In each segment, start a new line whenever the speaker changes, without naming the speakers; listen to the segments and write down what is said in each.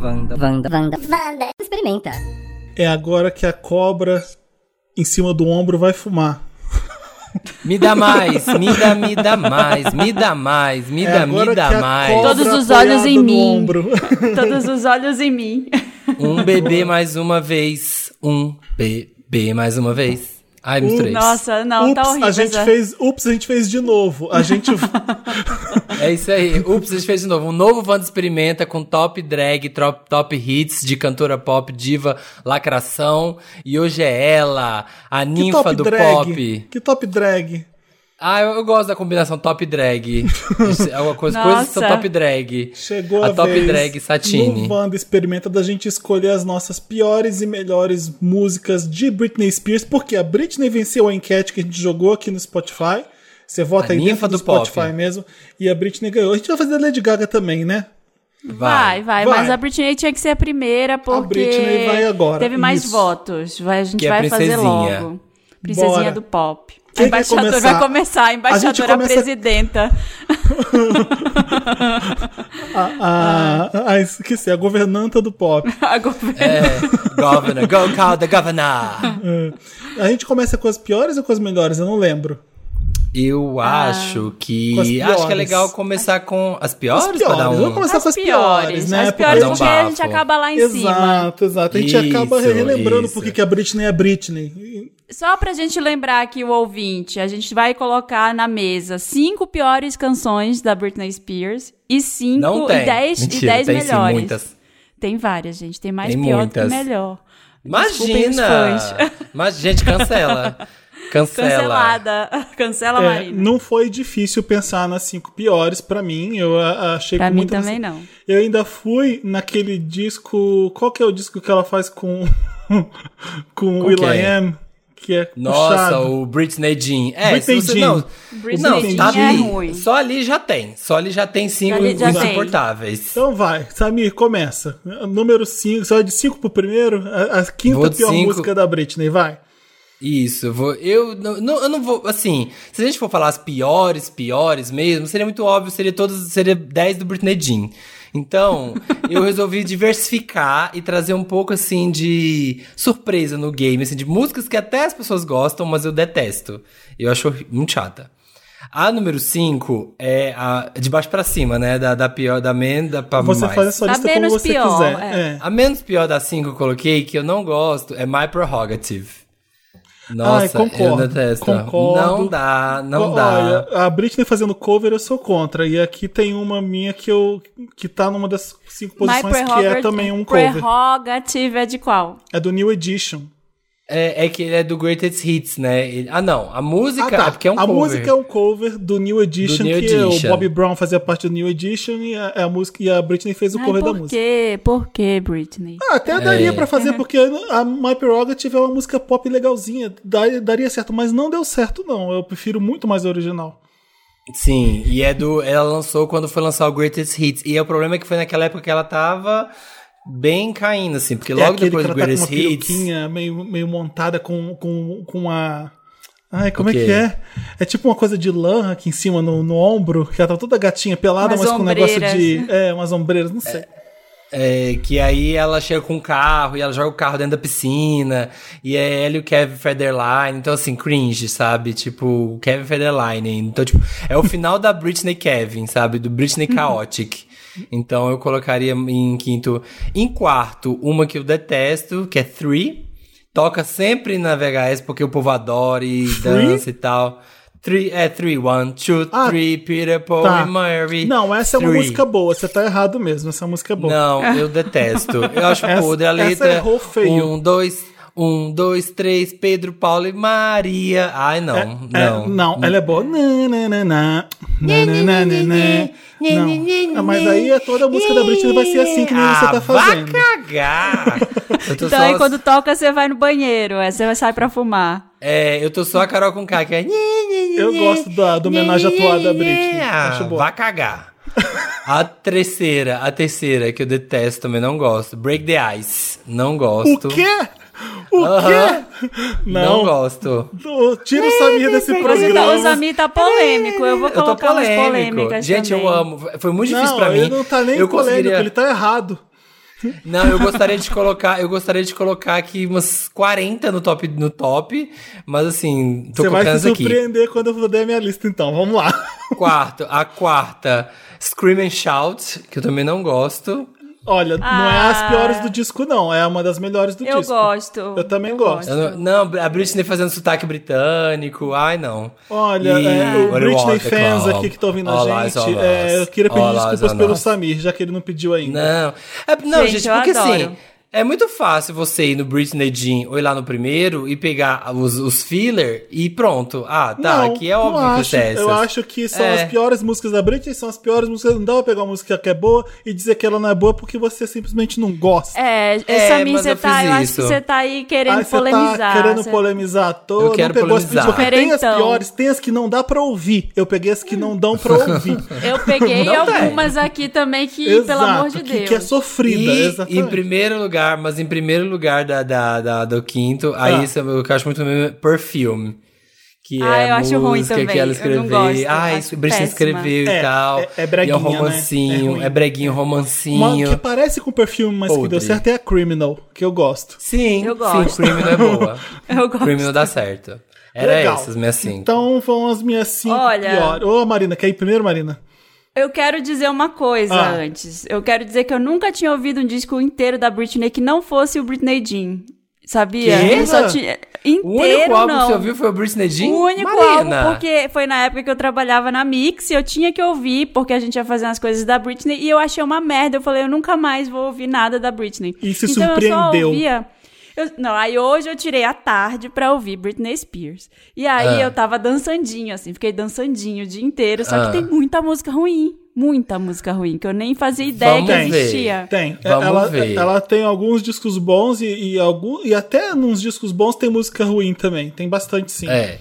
Wanda, Wanda, Wanda, Wanda. Experimenta.
É agora que a cobra em cima do ombro vai fumar.
Me dá mais, me dá, me dá mais, me dá mais, me
É
dá,
agora
me
que a
dá mais.
cobra
Todos os olhos em
apoiada no
mim.
ombro.
Todos os olhos em mim.
Um bebê mais uma vez. Um bebê mais uma vez. Ai, misturei.
Um, Nossa, não,
ups,
tá horrível.
a gente
essa.
fez, ups, a gente fez de novo. A gente
É isso aí. Ups, a gente fez de novo. Um novo Wanda Experimenta com top drag, top, top hits de cantora pop, diva, lacração. E hoje é ela, a
que
ninfa
top
do
drag.
pop.
Que top drag.
Ah, eu, eu gosto da combinação top drag. Isso é uma coisa, coisas que são
Nossa.
top drag.
Chegou a,
a top
vez
drag Satine.
No Wanda experimenta da gente escolher as nossas piores e melhores músicas de Britney Spears, porque a Britney venceu a enquete que a gente jogou aqui no Spotify. Você
A
vota aí
ninfa
dentro do,
do pop.
Spotify mesmo. E a Britney ganhou. A gente vai fazer a Lady Gaga também, né?
Vai, vai,
Vai.
mas a Britney tinha que ser a primeira porque
Britney vai agora,
teve mais
isso.
votos. Vai, a gente
Que é
vai fazer
princesinha.
logo. Princesinha
Bora.
do pop.
Quem quer
a embaixadora
começar?
vai começar, a embaixadora
começa-
presidenta.
A, a, a, esqueci, a governanta do pop.
A governo.
É, governor, go call the governor.
É. A gente começa com as piores ou com as melhores? Eu não lembro.
Eu
Ah,
acho
Com as
que.
piores.
Acho que é legal começar com as piores,
As
pra dar
piores,
um.
vamos começar com as piores, né?
As
Porque-
piores
Dá um
porque a gente
bafo.
acaba lá em cima.
Exato, exato. A gente acaba
Isso,
relembrando
isso.
porque que a Britney é Britney.
Só pra gente lembrar aqui o ouvinte, a gente vai colocar na mesa cinco piores canções da Britney Spears e cinco
Não tem.
e dez,
Mentira,
e dez
tem sim,
melhores.
muitas.
Tem várias, gente. Tem mais
Tem
pior
muitas.
do que melhor. Desculpem os
Imagina!
fãs.
Mas, gente, cancela. Cancela.
Cancelada. Cancela,
É,
Marina.
não foi difícil pensar nas cinco piores pra mim. Eu a- achei
Pra
com
mim
muita-
também não.
Eu ainda fui naquele disco. Qual que é o disco que ela faz com
Com
com o Will
quem?
I Am? Que é
Nossa,
puxado.
o Britney Jean. É,
Britney
se você
Jean.
não.
Britney
não,
Jean
tá
é
ali.
ruim.
Só ali já tem. Só ali já tem cinco
ali já tem.
insuportáveis.
Então vai, Samir, começa. Número 5, só de 5 pro primeiro, a, a quinta
Vou de
pior
cinco.
música é da Britney, vai.
Isso, eu vou, eu, não, não- eu não vou, assim, se a gente for falar as piores, piores mesmo, seria muito óbvio, seria todas, seria 10 do Britney Jean. Então, eu resolvi diversificar e trazer um pouco, assim, de surpresa no game, assim, de músicas que até as pessoas gostam, mas eu detesto. Eu acho horri- muito chata. A número 5 é a de baixo pra cima, né, da, da pior, da menda pra
Você
mais.
faz a sua
Tá
lista como
menos
você
pior,
quiser.
é.
É.
A menos pior das cinco que eu coloquei, que eu não gosto, é My Prerogative.
Ai,
Nossa,
concordo,
eu detesto.
concordo.
Não dá, não
Ó,
dá.
Olha, a Britney fazendo cover eu sou contra. E aqui tem uma minha que eu que tá numa das cinco posições que é
prerogat-
também um cover.
Prerrogative é de qual?
É do New Edition.
É, é que ele é do Greatest Hits, né? Ele- ah, não. A música,
Ah, tá.
é porque é um
a
cover.
música é um cover do New Edition,
New
que é
Edition.
o Bobby Brown fazia parte do New Edition e a, a música, e a Britney fez o
Ai,
cover da
por
música.
quê? Por quê, Britney?
Ah,
É.
até daria pra fazer,
Uhum.
porque a My Prerogative é uma música pop legalzinha. Dar- daria certo, mas não deu certo, não. Eu prefiro muito mais a original.
Sim, e é do. Ela lançou quando foi lançar o Greatest Hits. E o problema é que foi naquela época que ela tava bem caindo, assim. Porque
é
logo
aquele
depois
que
do
ela tá com uma
Greatest Hits.
peruquinha meio, meio montada com, com, com a. Ai, como
O quê?
é que é? É tipo uma coisa de lã aqui em cima no, no ombro, que ela tá toda gatinha pelada,
Umas
mas com um negócio de.
ombreiras.
É, umas ombreiras, não sei.
É, que aí ela chega com um carro e ela joga o carro dentro da piscina. E é ela e o Kevin Federline. Então, assim, cringe, sabe? Tipo, Kevin Federline. Então, tipo, é o final da Britney Kevin, sabe? Do Britney
Uhum.
Chaotic. Então, eu colocaria em quinto. Em quarto, uma que eu detesto, que é Three. Toca sempre na VHS porque o povo adora e
Three?
dança e tal. Three, é, three, one, two,
Ah,
three, Peter, Paul
tá.
and Mary.
Não, essa é uma
Three.
música boa, você tá errado mesmo. Essa música é boa.
Não, eu detesto. Eu acho
Essa-
podre a
essa
letra.
errou feio.
Um, dois, um, dois, três, Pedro, Paulo e Maria. Ai, não,
É,
Então, não.
não, ela é boa. Na, na, na, na, na, na, na, na, na. Não. Ah, Mas aí é toda a música da Britney vai ser assim que nem
ah,
você tá fazendo.
Vai cagar! Eu tô
Então
só,
aí quando toca, você vai no banheiro, aí você vai sair pra fumar.
é, eu tô só a Carol com K, que é.
Eu gosto da, da homenagem atual da Britney.
Ah,
Acho boa.
vai cagar. A terceira, a terceira que eu detesto também, não gosto. Break the Ice, não
O
gosto.
quê? O
Aham.
quê?
Não
Não,
gosto.
não tira o Samir desse
Hoje tá, o
programa.
Samir tá polêmico, eu vou
Eu tô
colocar umas
polêmico.
polêmicas
Gente,
também.
eu amo. Foi muito É difícil
Não,
pra mim.
ele não tá nem
eu
polêmico,
conseguiria-
ele tá errado.
Não, eu gostaria de colocar, eu gostaria de colocar aqui umas 40 no top, no top, mas assim, tô
Você vai
colocando
se
isso aqui.
surpreender quando eu der a minha lista, então. Vamos lá.
Quarto, a quarta, Scream and Shout, que eu também não gosto.
Olha, não é as
Ah.
piores do disco, não. É uma das melhores do
Eu
disco.
gosto.
Eu também gosto.
Eu não, não, a Britney fazendo sotaque britânico, ai não.
Olha,
E-
é, o
What do you
Britney
want,
fans
Clown?
aqui que estão ouvindo
All
a
eyes on
gente, é,
us.
eu queria pedir
All eyes
desculpas
on
pelo
us.
Samir, já que ele não pediu ainda.
Não. É, não,
Gente,
gente,
eu
porque
adoro.
assim, é muito fácil você ir no Britney Jean ou ir lá no primeiro e pegar os, os filler e pronto. Ah, tá,
Não,
aqui é
não
óbvio que
acho.
você é essas.
Eu acho que são
É.
as piores músicas da Britney, são as piores músicas. Não dá pra pegar uma música que é boa e dizer que ela não é boa porque você simplesmente não gosta.
É,
É,
Samir,
mas
você
eu
tá,
fiz
eu acho que
isso.
você tá aí querendo
Aí você
polemizar.
tá querendo
você-
polemizar à toa,
Eu quero
não pegou as
polemizar.
piores. Tem as
Diferentão.
piores, tem as que não dá pra ouvir. Eu peguei as que não dão pra ouvir.
Eu peguei
Não tem.
algumas aqui também que, pelo amor de
que,
Deus.
que é sofrida,
E em
exatamente.
primeiro lugar, mas em primeiro lugar da, da, da- do quinto,
Ah.
aí isso é o que eu acho muito mesmo é Perfume. Que
Ah,
é
eu
a
acho
música
ruim
que
também, eu
ela
não
escreveu.
gosto,
ah,
acho
isso, Britney
péssima.
escreveu
É,
e tal.
é- é
e é
breguinha,
um
né? É
romancinho,
ruim.
é, breguinho,
Uma
romancinho.
que parece com perfume, mas que deu
Podre.
certo é a Criminal, que eu gosto.
Sim,
Eu gosto.
sim, Criminal é boa.
Eu gosto.
Criminal dá certo. Era
Legal.
essas minhas cinco.
Então vão as minhas cinco
Olha.
piores. Ô, Marina, quer ir primeiro, Marina?
Eu quero dizer uma coisa
Ah.
antes. Eu quero dizer que eu nunca tinha ouvido um disco inteiro da Britney que não fosse o Britney Jean. Sabia?
Quê?
Eu só tinha... Inteiro,
o único álbum
não.
que você ouviu foi o Britney Jean?
O único
Marina.
álbum, porque foi na época que eu trabalhava na Mix e eu tinha que ouvir, porque a gente ia fazer umas coisas da Britney, e eu achei uma merda. Eu falei, eu nunca mais vou ouvir nada da Britney.
E se
então eu
surpreendeu.
só ouvia. eu- não, aí hoje eu tirei a tarde pra ouvir Britney Spears. E
Ah.
aí eu tava dançandinho, assim, fiquei dançandinho o dia inteiro, só que
Ah.
tem muita música ruim. Muita música ruim, que eu nem fazia ideia
Vamos
que
ver.
existia.
Tem. É,
Vamos
ela,
ver.
ela tem alguns discos bons e, e, algum, e até nos discos bons tem música ruim também. Tem bastante sim.
É.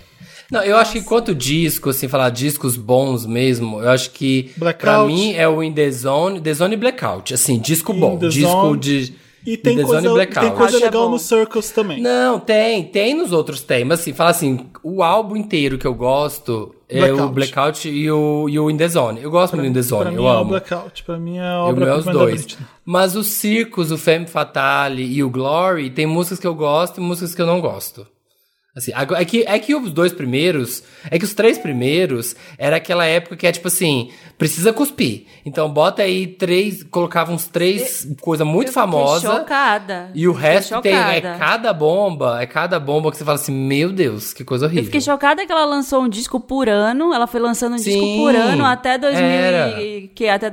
Não, eu acho que quanto disco, assim, falar discos bons mesmo, eu acho que pra
Blackout.
mim é o In The Zone, The Zone e Blackout, assim, disco
In
bom,
The
disco
Zone.
de
E tem
In The Zone e
coisa,
Blackout.
tem coisa
Acho é
legal
bom.
no Circles também.
Não, tem, tem nos outros temas, assim, fala assim, o álbum inteiro que eu gosto é o
Blackout.
Blackout e o, e o In The Zone. Eu gosto muito do In The
pra
Zone,
mim
eu
é o
amo.
Blackout. Pra mim é a
Eu
obra
meu os
prima da
dois.
Britney.
Mas o Circus, o Femme Fatale e o Glory tem músicas que eu gosto e músicas que eu não gosto. Assim, agora- é, que, é que os dois primeiros, é que os três primeiros era aquela época que é tipo assim, precisa cuspir. Então bota aí três, colocava uns três coisa muito
É, Eu fiquei
famosa
chocada.
e o
Fiquei
resto tem é
chocada.
cada bomba, é cada bomba que você fala assim, meu Deus, que coisa horrível.
Eu fiquei chocada que ela lançou um disco por ano. Ela foi lançando um disco
Sim,
por ano até 2000 e,
era.
que até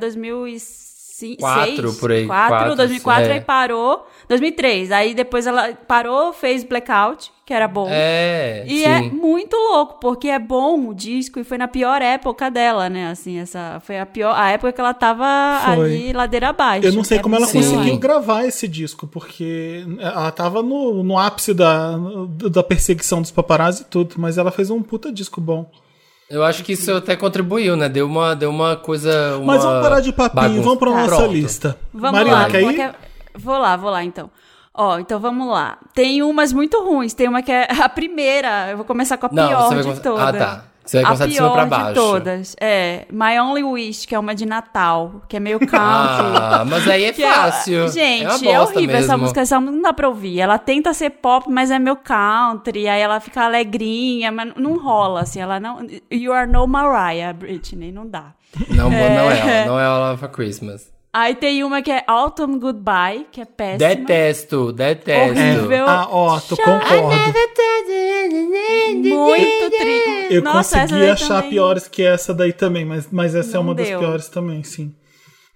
2006,
Quatro, por aí,
4,
quatro,
2004
é.
aí parou, 2003. Aí depois ela parou, fez Blackout, que era bom.
É,
E
sim.
é muito louco, porque é bom o disco e foi na pior época dela, né? Assim, essa foi a pior a época que ela tava
Foi.
ali ladeira abaixo.
Eu não sei
É
como ela
muito
Sim.
conseguiu
louco.
gravar esse disco, porque é, ela tava no, no ápice da, da perseguição dos paparazzi e tudo, mas ela fez um puta disco bom.
Eu acho que isso até contribuiu, né? Deu uma, deu uma coisa. Uma
Mas vamos parar de papinho,
bagunça.
vamos pra nossa
Pronto.
lista.
Vamos
Marina,
lá.
quer ir?
qual que é- Vou lá, vou lá então. Ó, então vamos lá. Tem umas muito ruins, tem uma que é a primeira. Eu vou começar com a
Não,
pior
você vai
de
começar-
todas.
Ah, tá. Você vai começar
a
de cima
pior
pra baixo.
De todas. É, My Only Wish, que é uma de Natal, que é meio country.
Ah, mas aí é
Que é-
fácil.
gente,
é,
é,
uma bosta
horrível essa
mesmo.
música. Essa música não dá pra ouvir. Ela tenta ser pop, mas é meu country. Aí ela fica alegrinha, mas não rola, assim. Ela não. You are no Mariah, Britney. Não dá.
Não, não é ela. Não é ela for Christmas.
Aí tem uma que é Autumn Goodbye, que é péssima.
Detesto, detesto.
Horrível.
Ah, ó, tu
né,
concordo.
Muito triste.
Eu
Nossa, essa
consegui
daí
achar
também.
piores que essa daí também, mas, mas essa é
Não
uma das
deu.
piores também, sim.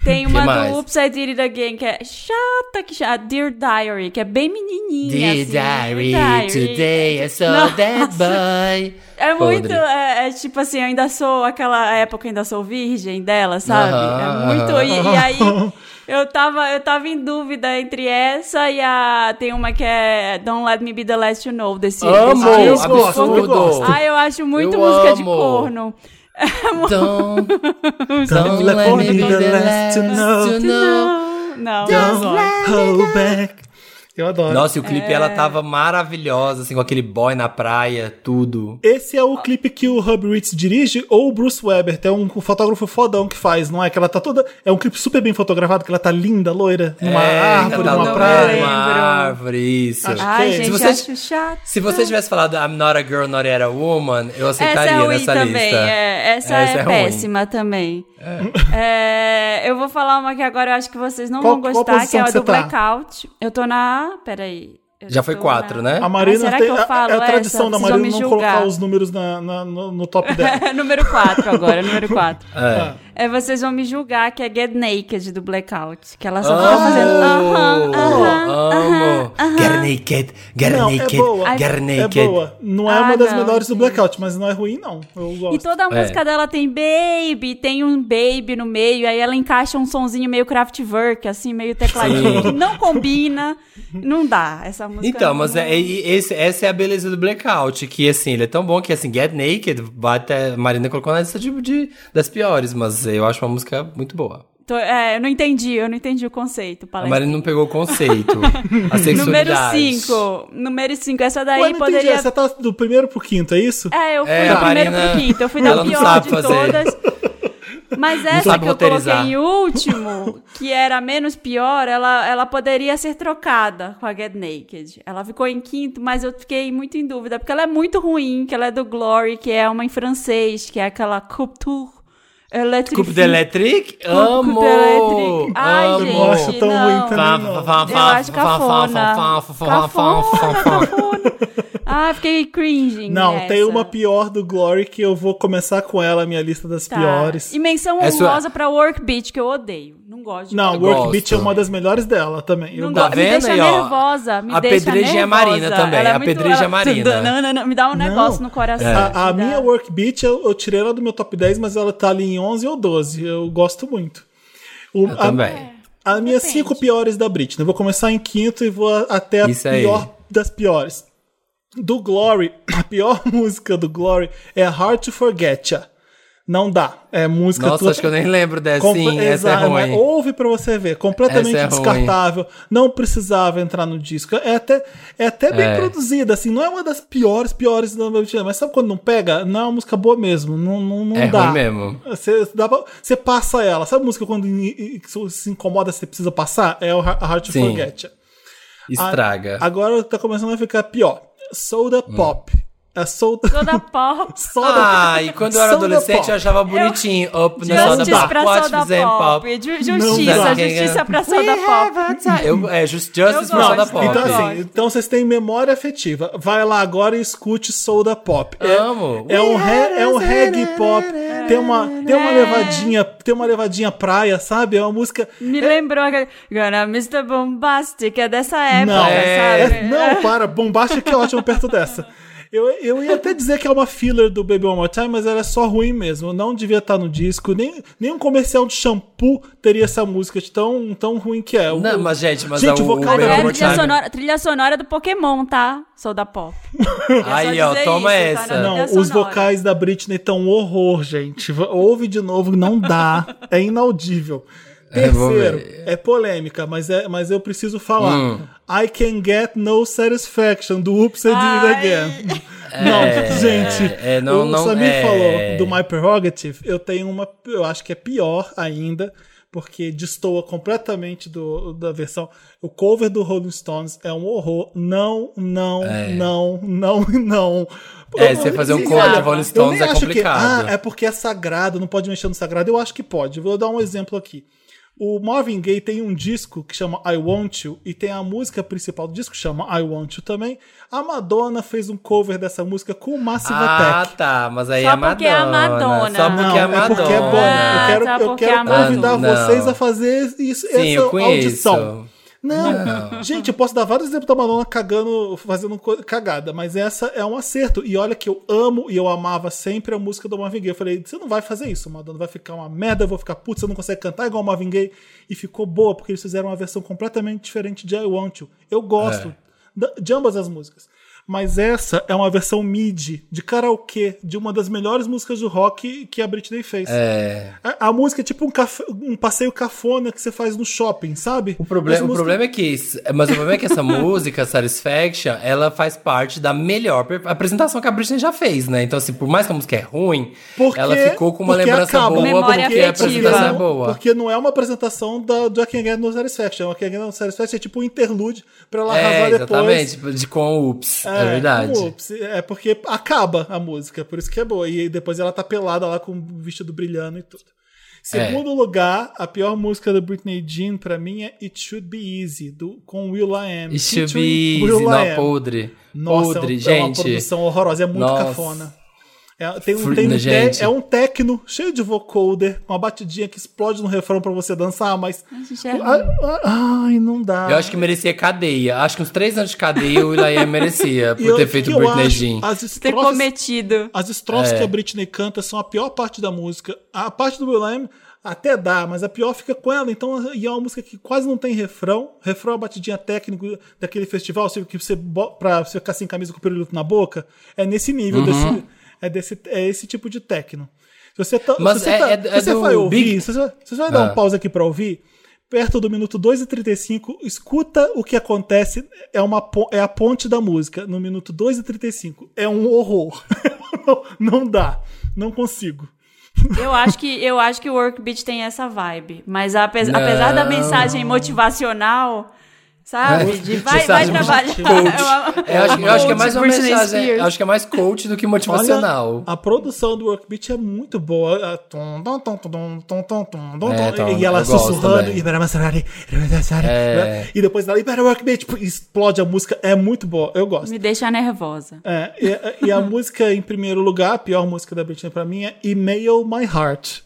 Tem uma
Que mais?
do Oops, I Did It Again, que é chata, que chata. Dear Diary, que é bem menininha, assim.
Desire today I saw
Nossa.
that boy.
É
Podre.
muito, é, é tipo assim, eu ainda sou, aquela época eu ainda sou virgem dela, sabe?
Aham,
é muito, e,
aham.
e aí eu tava, eu tava em dúvida entre essa e a, tem uma que é Don't Let Me Be The Last You Know, desse,
Amo,
desse
eu
disco.
gosto, eu
Porque-
gosto.
absurdo.
Ah, eu acho muito
Eu
música de
amo.
corno. É muito
Don't,
Don't
don't let me be the last to
know.
know.
Não, não,
Don't
não.
hold Então, back. Eu adoro.
Nossa, e o
É.
clipe ela tava maravilhosa, assim, com aquele boy na praia, tudo.
Esse é o clipe que o Hub Ritz dirige ou o Bruce Weber, é um fotógrafo fodão que faz, não é? Que ela tá toda. É um clipe super bem fotografado, que ela tá linda, loira, numa
É,
árvore,
ainda tá
numa
no-
praia.
Numa
então Lembro. Ah,
árvore, isso.
Acho
Ai,
Se
gente,
você-
acho chato.
Se você tivesse falado I'm not a girl, not yet a woman, eu
Essa é
aceitaria
ruim
nessa
também,
lista.
é. essa,
Essa
é,
é ruim.
péssima também. É, eu vou falar uma que agora eu acho que vocês não
Qual-
vão
qual
gostar, que
posição
é a
que
do
você tá?
Blackout. Eu tô na. Peraí. eu
Já foi
tô
quatro,
na-
né?
A Marina
será
tem.
que eu
é-
falo
é a
essa?
tradição da
Vocês
Marina não
vão me
colocar
julgar.
os números na- na- no, no top dela. Tá.
número 4 agora, número 4.
Ah.
É.
É, vocês vão me julgar que é Get Naked do Blackout. Que ela só
Oh!
fica fazendo. Aham,
Amo!
aham, aham.
Oh, Amo! Get naked, get
Não, é
naked,
boa.
get naked.
É boa. Não é
Ah,
uma das
não,
melhores do
gente.
Blackout, mas não é ruim, não. Eu
E
gosto.
toda a
É.
música dela tem baby, tem um baby no meio, aí ela encaixa um sonzinho meio Kraftwerk, assim, meio
Sim.
tecladinho, que não combina, não dá essa música.
Então,
não-
mas é, e esse, essa é a beleza do Blackout, que assim, ele é tão bom que assim, Get Naked, vai até, Marina colocou na lista de, de- das piores, mas eu acho uma música muito boa.
Tô- é, eu não entendi, eu não entendi o conceito,
A
palestra.
Marina não pegou o conceito, a
assim. Número
sexualidade.
5, número 5, essa
Ué,
daí
não entendi.
poderia...
Você tá do primeiro pro quinto, é isso?
É, eu fui
É,
do
a
primeiro
Marina-
pro quinto, eu fui da
ela não
pior
sabe
de
fazer.
todas. Mas essa
sabe
que eu coloquei
roteirizar.
em último, que era a menos pior, ela, ela poderia ser trocada com a Get Naked. Ela ficou em quinto, mas eu fiquei muito em dúvida, porque ela é muito ruim, que ela é do Glory, que é uma em francês, que é aquela Couture Electric.
Coupe d'Electric? Amo!
Coupe d'Electric. Ai,
Amo!
gente,
Eu acho tão
não.
ruim também.
Fá,
não.
fá, fá,
Eu acho
fá, fá,
cafona.
fá, fá, fá, fá, fá,
Cafona,
fá, fá.
cafona. Ah, fiquei cringing
Não, tem
nessa.
uma pior do Glory que eu vou começar com ela, a minha lista das
Tá.
piores.
E menção
É sua-
honrosa pra Work Beat, que eu odeio. Não gosto de
Não,
Work
Work
gosto.
Beat é uma das melhores dela também. Eu
Tá
Não dá,
gosto.
me
vendo
deixa
aí, ó?
nervosa, me
A
deixa
pedreja é
nervosa.
Marina também,
Ela é
a
muito-
pedreja
ela-
é Marina.
Não, não, não, me dá um negócio no coração.
É.
É, A, a
me dá.
minha Work Beat, eu, eu tirei ela do meu top 10, mas ela tá ali em 11 ou 12. Eu gosto muito. O-
Eu
a-
também.
As minhas cinco piores da Britney. Eu vou começar em quinto e vou a- até a
Isso aí.
pior das piores. Do Glory, a pior música do Glory é Hard to Forget Ya. Não dá. É música
Nossa,
tua-
acho que eu nem lembro dessa.
Comple-
Sim, essa é
Exato, mas
ruim.
Ouve pra você ver. Completamente
Essa é ruim.
descartável. Não precisava entrar no disco. É até, é até bem
É.
produzida, assim. Não é uma das piores, piores da Britney. Mas sabe quando não pega? Não é uma música boa mesmo. Não, não, não
É
dá.
ruim mesmo.
Você, dá pra- você passa ela. Sabe música quando in- in- se incomoda, você precisa passar? É o Ha- a Heart to
Sim.
Forget. A-
Estraga. Hum.
Agora tá começando a ficar pior. Soda Pop. A Soda...
Toda pop.
Soda
Ah, e quando eu era
Soda
adolescente
Pop.
eu achava bonitinho. Up na soda
Justiça
é pop,
pra
watch
soda
the
pop.
pop. é?
Ju-
Não dá.
Justiça, justiça pra soda pop.
Eu, é, just, Justice pra
gosto,
soda
eu
pop.
Então,
gosto.
assim, então vocês têm memória afetiva. Vai lá agora e escute Soda Pop. É,
Amo.
É um, re- é um reggae pop. Tem uma, tem uma levadinha, tem uma levadinha praia, sabe? É uma música.
Me lembrou aquele. Gonna Mr. Bombastic, é dessa época,
Não,
É.
sabe?
é- não, para, bombástica que é ótimo perto dessa. Eu, eu ia até dizer que é uma filler do Baby One More Time, mas ela é só ruim mesmo. Não devia estar no disco. Nem, nem um comercial de shampoo teria essa música de tão, tão ruim que é. O-
Não, mas gente, mas
Gente,
é
o
o,
vocal
o
dela
Aliás,
é
Baby One
trilha
More Time.
sonora, trilha sonora do Pokémon, tá? Soda pop.
Aí,
só
ó,
dizer
toma
isso, tá,
essa.
não.
Não,
trilha
os
sonora.
vocais da Britney estão um horror, gente. V- Ouve de novo, não dá. é inaudível.
É, vou
Terceiro,
ver.
é, polêmica, mas, é, mas eu preciso falar.
Hum.
I can get no satisfaction do Oops I Did It
Ai.
Again. Não,
É,
gente.
é, não,
o
não,
Samir
é.
falou do My Prerogative. Eu tenho uma, eu acho que é pior ainda, porque destoa completamente do, da versão. O cover do Rolling Stones é um horror. Não, não,
É.
não, não, não.
É, você fazer um
Olha,
cover de Rolling Stones
eu nem
é
acho
complicado.
Que, ah, é porque é sagrado, não pode mexer no sagrado. Eu acho que pode. Vou dar um exemplo aqui. O Marvin Gaye tem um disco que chama I Want You e tem a música principal do disco que chama I Want You também. A Madonna fez um cover dessa música com o Massive
Ah,
Attack.
tá, mas aí
Só
é a
porque é a Madonna.
Só
Não,
porque é a
é
Madonna.
porque é bom. Eu
Ah,
quero,
tá,
eu
porque
quero
é a Madonna.
convidar
Não.
vocês a fazer isso,
Sim,
essa
eu conheço.
audição. Não. gente, eu posso dar vários exemplos da Madonna cagando, fazendo co- cagada, mas essa é um acerto. E olha que eu amo e eu amava sempre a música do Marvin Gaye. Eu falei, você não vai fazer isso, Madonna, vai ficar uma merda, eu vou ficar puto, você não consegue cantar igual o Marvin Gaye. E ficou boa,
É.
porque eles fizeram uma versão completamente diferente de I Want You. Eu gosto da- de ambas as músicas. Mas essa é uma versão mid de karaokê de uma das melhores músicas do rock que a Britney fez.
É.
A, a música é tipo um, caf- um passeio cafona que você faz no shopping, sabe?
O problema,
Mas
o
música-
problema é que. isso- Mas o problema é que essa música, Satisfaction, ela faz parte da melhor per- apresentação que a Britney já fez, né? Então, assim, por mais que a música é ruim,
Porque-
ela ficou com uma
porque
lembrança
acaba.
boa,
Memória
porque a
afetiva.
apresentação é boa.
Porque não é uma apresentação da, do I Can Get No Satisfaction. O Can Get No Satisfaction é tipo um interlude pra ela
É,
arrasar
exatamente, tipo,
depois.
de com o ups, é, verdade.
um ups. É porque acaba a música, por isso que é boa. E depois ela tá pelada lá com o vestido brilhando e tudo.
É.
Segundo lugar, a pior música da Britney Jean pra mim é It Should Be Easy, do, com Will I Am.
E Chubis, não, podre.
Nossa,
podre,
é, uma, é uma
gente.
produção horrorosa, é muito
Nossa.
cafona. É, tem, um-
Fru-
tem um te-
gente.
é um techno cheio de vocoder, com uma batidinha que explode no refrão pra você dançar, mas.
gente, é
Ah, ah, ai, não dá.
Eu acho que merecia cadeia. Acho que uns três anos de cadeia o Will.i.am merecia
E
por ter
eu-
feito
que eu
Britney
acho
Jean.
As
ter
estrofes,
cometido.
as estrofes
É.
que a Britney canta são a pior parte da música. A parte do Will.i.am até dá, mas a pior fica com ela. Então, e é uma música que quase não tem refrão. Refrão é a batidinha técnica daquele festival, assim, que você bo- pra você ficar sem camisa com o pirulito na boca. É nesse nível desse, é desse é esse tipo de techno. Se você tá,
Mas
se você,
é-
tá-
é do-
se
é
você
do
vai ouvir,
Big-
se você, se você vai dar
Ah.
um pause aqui pra ouvir, perto do minuto 2 e 35, escuta o que acontece, é, uma, po- é a ponte da música, no minuto 2 e 35. É um horror. não, não dá, não consigo.
Eu acho que eu acho que o Workbeat tem essa vibe, mas ape-
Não. É.
apesar da mensagem motivacional, sabe? De vai, vai
Mensagem
trabalhar.
Coach. Eu acho, eu acho que é mais uma
Britney
mensagem.
Spears.
Eu acho que é mais coach do que motivacional.
Olha, a produção do Workbeat é muito boa. A tum, tum, tum, tum, tum, tum, tum, tum, tum,
É,
tum,
então,
e ela
eu gosto
sussurrando.
também.
"Ibera Maserati, Ibera Maserati",
É.
E depois ela Ibera Workbeat, explode a música. É muito boa, eu gosto.
Me deixa nervosa.
É, e, e a música em primeiro lugar, a pior música da Britney pra mim é Email My Heart.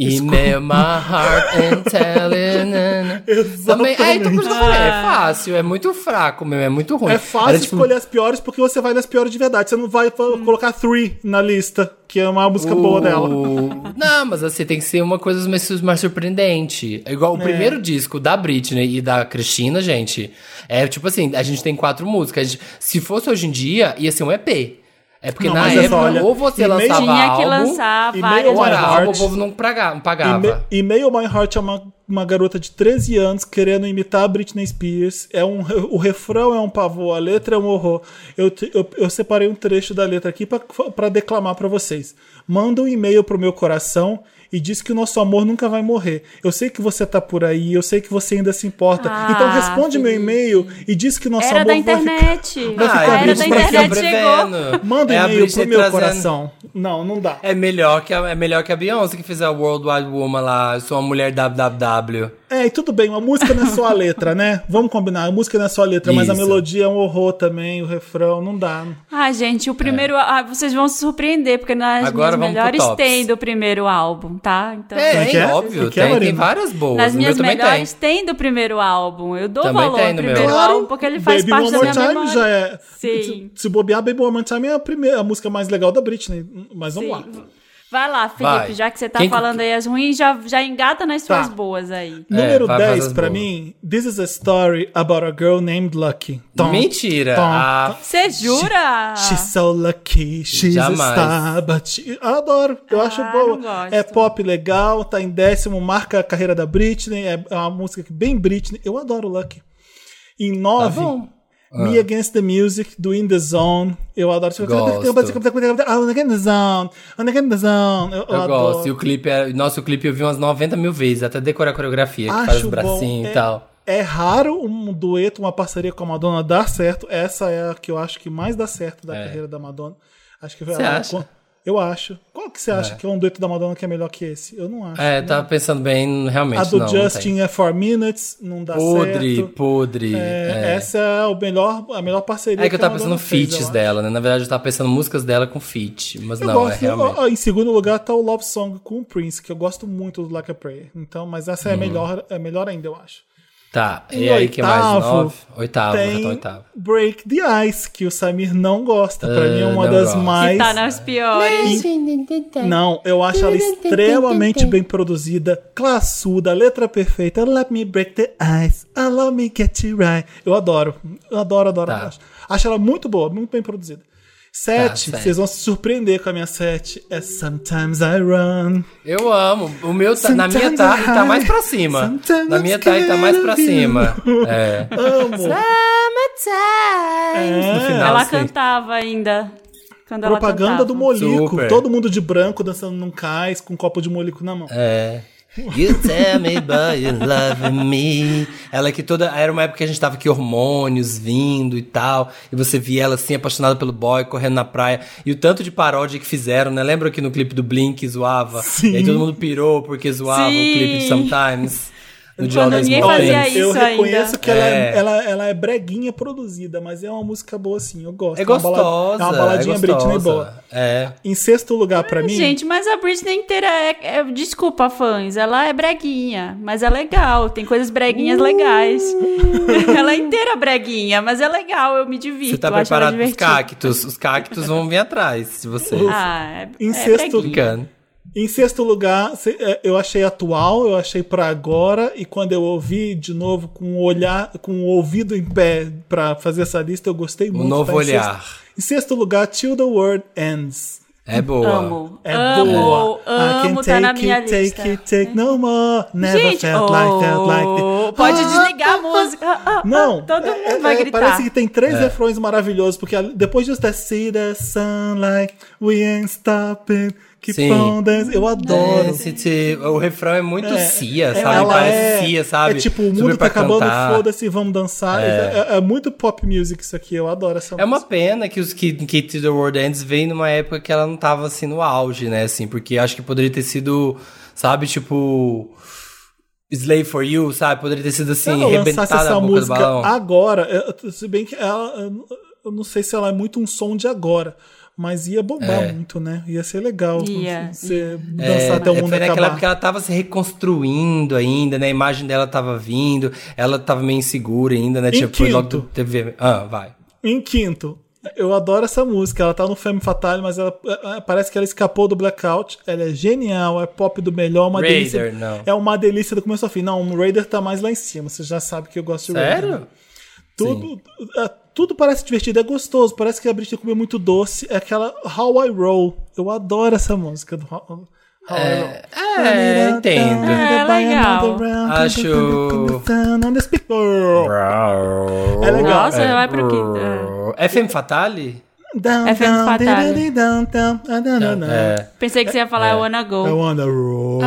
Email né, my heart and telling. né, Também, é, então por isso que eu falei,
Ah.
é fácil, é muito fraco mesmo, é muito ruim.
É fácil
Era, tipo, Hum.
escolher as piores porque você vai nas piores de verdade. Você não vai fa- colocar Three na lista, que é uma música
Uh.
boa dela.
O- Não, mas assim, tem que ser uma coisa mais, su- mais surpreendente. É Igual o primeiro disco da Britney e da Cristina, gente, é tipo assim, a gente tem quatro músicas. A gente- se fosse hoje em dia, ia ser um EP. É porque
Não,
na
mas essa,
época,
olha,
ou você
e-mail-
lançava
Tinha que
álbum,
lançar
e-mail
várias.
ou era
My
álbum,
Heart.
o povo não, praga- não pagava.
Ah,
Ema- Email My Heart é uma, uma garota de 13 anos querendo imitar a Britney Spears. É um, o refrão é um pavor, a letra é um horror. Eu, te- eu, eu separei um trecho da letra aqui pra- pra declamar pra vocês. Manda um e-mail pro meu coração e diz que o nosso amor nunca vai morrer. Eu sei que você tá por aí, eu sei que você ainda se importa.
Ah,
então responde meu
Felipe.
e-mail e diz que nosso
Era
amor
da
vai ficar-
internet.
ficar
a era
abrindo
da
pra
internet
sempre
chegou.
Manda um
É a
e-mail
Britney
pro meu
trazendo-
coração. Não, não dá.
É melhor, que a, é melhor que a Beyoncé que fez a World Wide Woman lá, eu sou uma mulher www.
É, e tudo bem, uma música não é só a letra, né? Vamos combinar, a música não é só a letra, mas a
Isso.
melodia é um horror também, o refrão, não dá.
Ah, gente, o primeiro. Ah, vocês vão se surpreender, porque nas
É. Agora vamos
minhas
pro
melhores
tops.
tem do primeiro álbum, tá? Então,
Tem,
Como é que é?
óbvio,
Como é que é,
tem, tem
Marina?
várias boas.
Nas
o meu
minhas
também
melhores tem. do primeiro álbum. Eu dou
Também
valor
tem
ao
no meu.
primeiro
Claro,
álbum, porque ele faz
Baby
parte
One
da
More
minha
Time
memória.
já é.
Sim.
Se, se bobear, Baby One More Time é a, primeira, a música mais legal da Britney, mas vamos lá.
Sim. Vai lá, Felipe,
Vai.
já que você tá
Quem-
falando aí as ruins, já, já engata nas
Tá.
suas boas aí.
Número
É, vai- vai
10
das
pra
boas.
mim, This is a Story About a Girl Named Lucky.
tem. Mentira.
tom,
Ah,
Você jura?
She's so lucky, she's
Jamais.
a star, but she... Adoro, eu acho
Ah, não
boa.
gosto.
É pop legal, tá em décimo, marca a carreira da Britney, é é uma música que bem Britney. Eu adoro Lucky. Em nove,
Tá bom. Ah.
Me Against the Music, do In The Zone. Eu adoro.
Gosto.
I'm in the zone, I'm in the zone. Eu, eu
Eu,
adoro.
gosto. E o clipe, é- nossa, o clipe eu vi umas 90 mil vezes, até decorar a coreografia, que faz
Acho
os bracinhos
bom.
e tal.
É, é raro um dueto, uma parceria com a Madonna dar certo. Essa é a que eu acho que mais dá certo da
É.
carreira da Madonna. Acho que foi
Você
ela-
acha?
Eu acho. Qual que você acha que é um dueto da Madonna que é melhor que esse? Eu não acho.
É, tava pensando bem, realmente.
a do
não, não
Justin
tem.
é Four Minutes, não dá
Podre,
certo.
podre.
É,
É, é.
Essa é o melhor, a melhor parceria.
que eu tava
a
pensando
Madonna fez,
feats
eu acho.
dela, né? Na verdade, eu tava pensando músicas dela com feat. Mas
Eu
não, é
gosto,
realmente.
ó, em segundo lugar tá o Love Song com o Prince, que eu gosto muito do Like a Prayer. Então, mas essa é,
Hum.
melhor, é melhor ainda, eu acho.
Tá,
Em
e aí que mais?
oitavo,
Nove? Oitavo, já
tem
tá oitavo.
Break the Ice, que o Samir não gosta. Pra
Ah,
mim é uma
não
das
gosto.
mais.
Que tá nas piores.
Não, eu acho ela extremamente bem produzida, classuda, letra perfeita. Let me break the ice, allow me get you right. Eu adoro, eu adoro, adoro.
Tá.
acho. Acho ela muito boa, muito bem produzida. Sete,
Tá, sete.
vocês vão se surpreender com a minha sete. É Sometimes I Run.
Eu amo. O meu tá, na minha
Sometimes
tá e tá
I-
mais pra cima.
Sometimes
Na minha tá e tá mais pra
I-
cima. É.
Amo!
Summertime.
É.
final.
Ela
Ah, sei.
cantava ainda. Quando ela
Propaganda
cantava.
do Molico.
Super.
Todo mundo de branco dançando num cais com um copo de Molico na mão.
É. You tell me but you love me. Ela que toda. Era uma época que a gente tava aqui, hormônios vindo e tal. E você via ela assim, apaixonada pelo boy, correndo na praia. E o tanto de paródia que fizeram, né? Lembra que no clipe do Blink zoava?
Sim.
E aí todo mundo pirou porque zoava o clipe de
Sim.
Sometimes. No
Quando
Jordan
ninguém
Small
fazia
Things.
isso
eu reconheço
ainda.
que ela é.
É.
Ela, ela é breguinha produzida, mas é uma música boa sim, eu gosto.
É
uma balada-
gostosa.
É uma baladinha
é
Britney
gostosa.
boa.
É.
Em sexto lugar pra mim,
Gente, mas a Britney inteira é, é- Desculpa, fãs. Ela é breguinha, mas é legal. Tem coisas
Uh.
breguinhas legais. ela é inteira breguinha, mas é legal. Eu me divirto.
Você tá
eu acho ela
preparado pros
divertida.
cactos? Os cactos vão vir atrás de você.
Ah, é,
Em
é
sexto-
breguinha.
Brincando.
em sexto lugar, se- é, eu achei atual, eu achei pra agora e quando eu ouvi de novo com o olhar, com o ouvido em pé pra fazer essa lista, eu gostei muito.
Um novo
tá? Em sexto-
olhar.
em sexto lugar, Till the World Ends.
É boa.
Amo.
É
amo,
boa. I can
amo, tá na
take
minha
it,
lista.
Take it, take no more. Never
Gente,
felt É, like that, like
oh,
that.
pode
Ah,
desligar a música. Ah, ah, ah,
Não,
todo mundo
é-
vai
é-
gritar.
Parece que tem três refrões maravilhosos, porque a- depois de That See the Sunlight, We Ain't Stopping, Keep
Sim.
on Dancing. Eu adoro.
É, se te- o refrão é muito Cia, sabe?
Ela
Parece
é,
Cia, sabe?
é tipo, o
Super
mundo tá
pra
acabando,
cantar.
foda-se, vamos dançar. É. é muito pop music isso aqui, eu adoro essa
É uma
música.
pena que os Kid, Kid to the World Ends veio numa época que ela não tava assim no auge, né? Assim, porque acho que poderia ter sido, sabe, tipo. Slave for You, sabe? Poderia ter sido
Se
assim,
ela lançasse
rebentada
essa
a boca do
música
balão.
agora, eu- eu- se bem que ela, eu- eu não sei se ela é muito um som de agora, mas ia bombar muito, né? Ia ser legal
Ia,
você dançar até o
É,
mundo
foi naquela
acabar.
época que ela tava se reconstruindo ainda, né? A imagem dela tava vindo, ela tava meio insegura ainda, né?
Em
Tipo, foi logo
quinto.
teve. Ah, vai.
Em quinto, eu adoro essa música. Ela tá no Femme Fatale, mas ela eh, eh, parece que ela escapou do blackout. Ela é genial, é pop do melhor, uma
Raider,
delícia.
não.
É uma delícia do começo ao fim. Não, o Raider tá mais lá em cima. Você já sabe que eu gosto de Raider.
Sério?
Tudo, eh, tudo parece divertido, é gostoso. Parece que a Britney comeu muito doce. É aquela How I Roll. Eu adoro essa música do How, How I Roll.
é, entendo.
É, legal.
Acho-
É legal.
Nossa, vai pro quinto. É.
É Femme Fatale?
Down,
É Femme
down,
Fatale.
diddy, down, down, ah, não, não, não.
É.
Pensei que você ia falar I wanna
I
go.
wanna roll.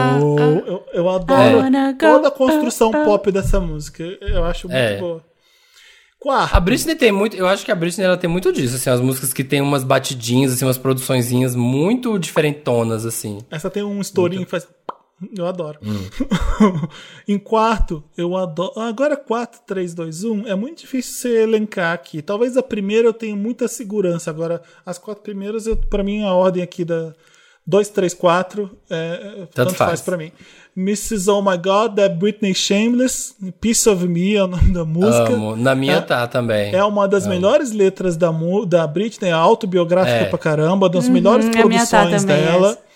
eu, eu
Ah, I
adoro
wanna go,
toda a construção
ah, ah.
pop dessa música. Eu acho muito
É.
boa.
A
Quarto.
Britney tem muito. Eu acho que a Britney ela tem muito disso, assim, as músicas que tem umas batidinhas, assim, umas produçõezinhas muito diferentonas, assim.
Essa tem um estourinho que faz. Eu adoro. em quarto, eu adoro. Agora é 4, 3, 2, 1. É muito difícil você elencar aqui. Talvez a primeira eu tenha muita segurança. Agora, as quatro primeiras, eu, pra mim, a ordem aqui da 2, 3, 4. É, tanto, faz.
faz.
pra mim. Mrs. Oh My God, da Britney Shameless. Piece of Me é o nome da música.
Amo. Na minha
É-
tá também.
É uma das melhores letras da, mu- da Britney, é autobiográfica
É.
pra caramba, das melhores
a minha tá
produções
também,
dela.
essa.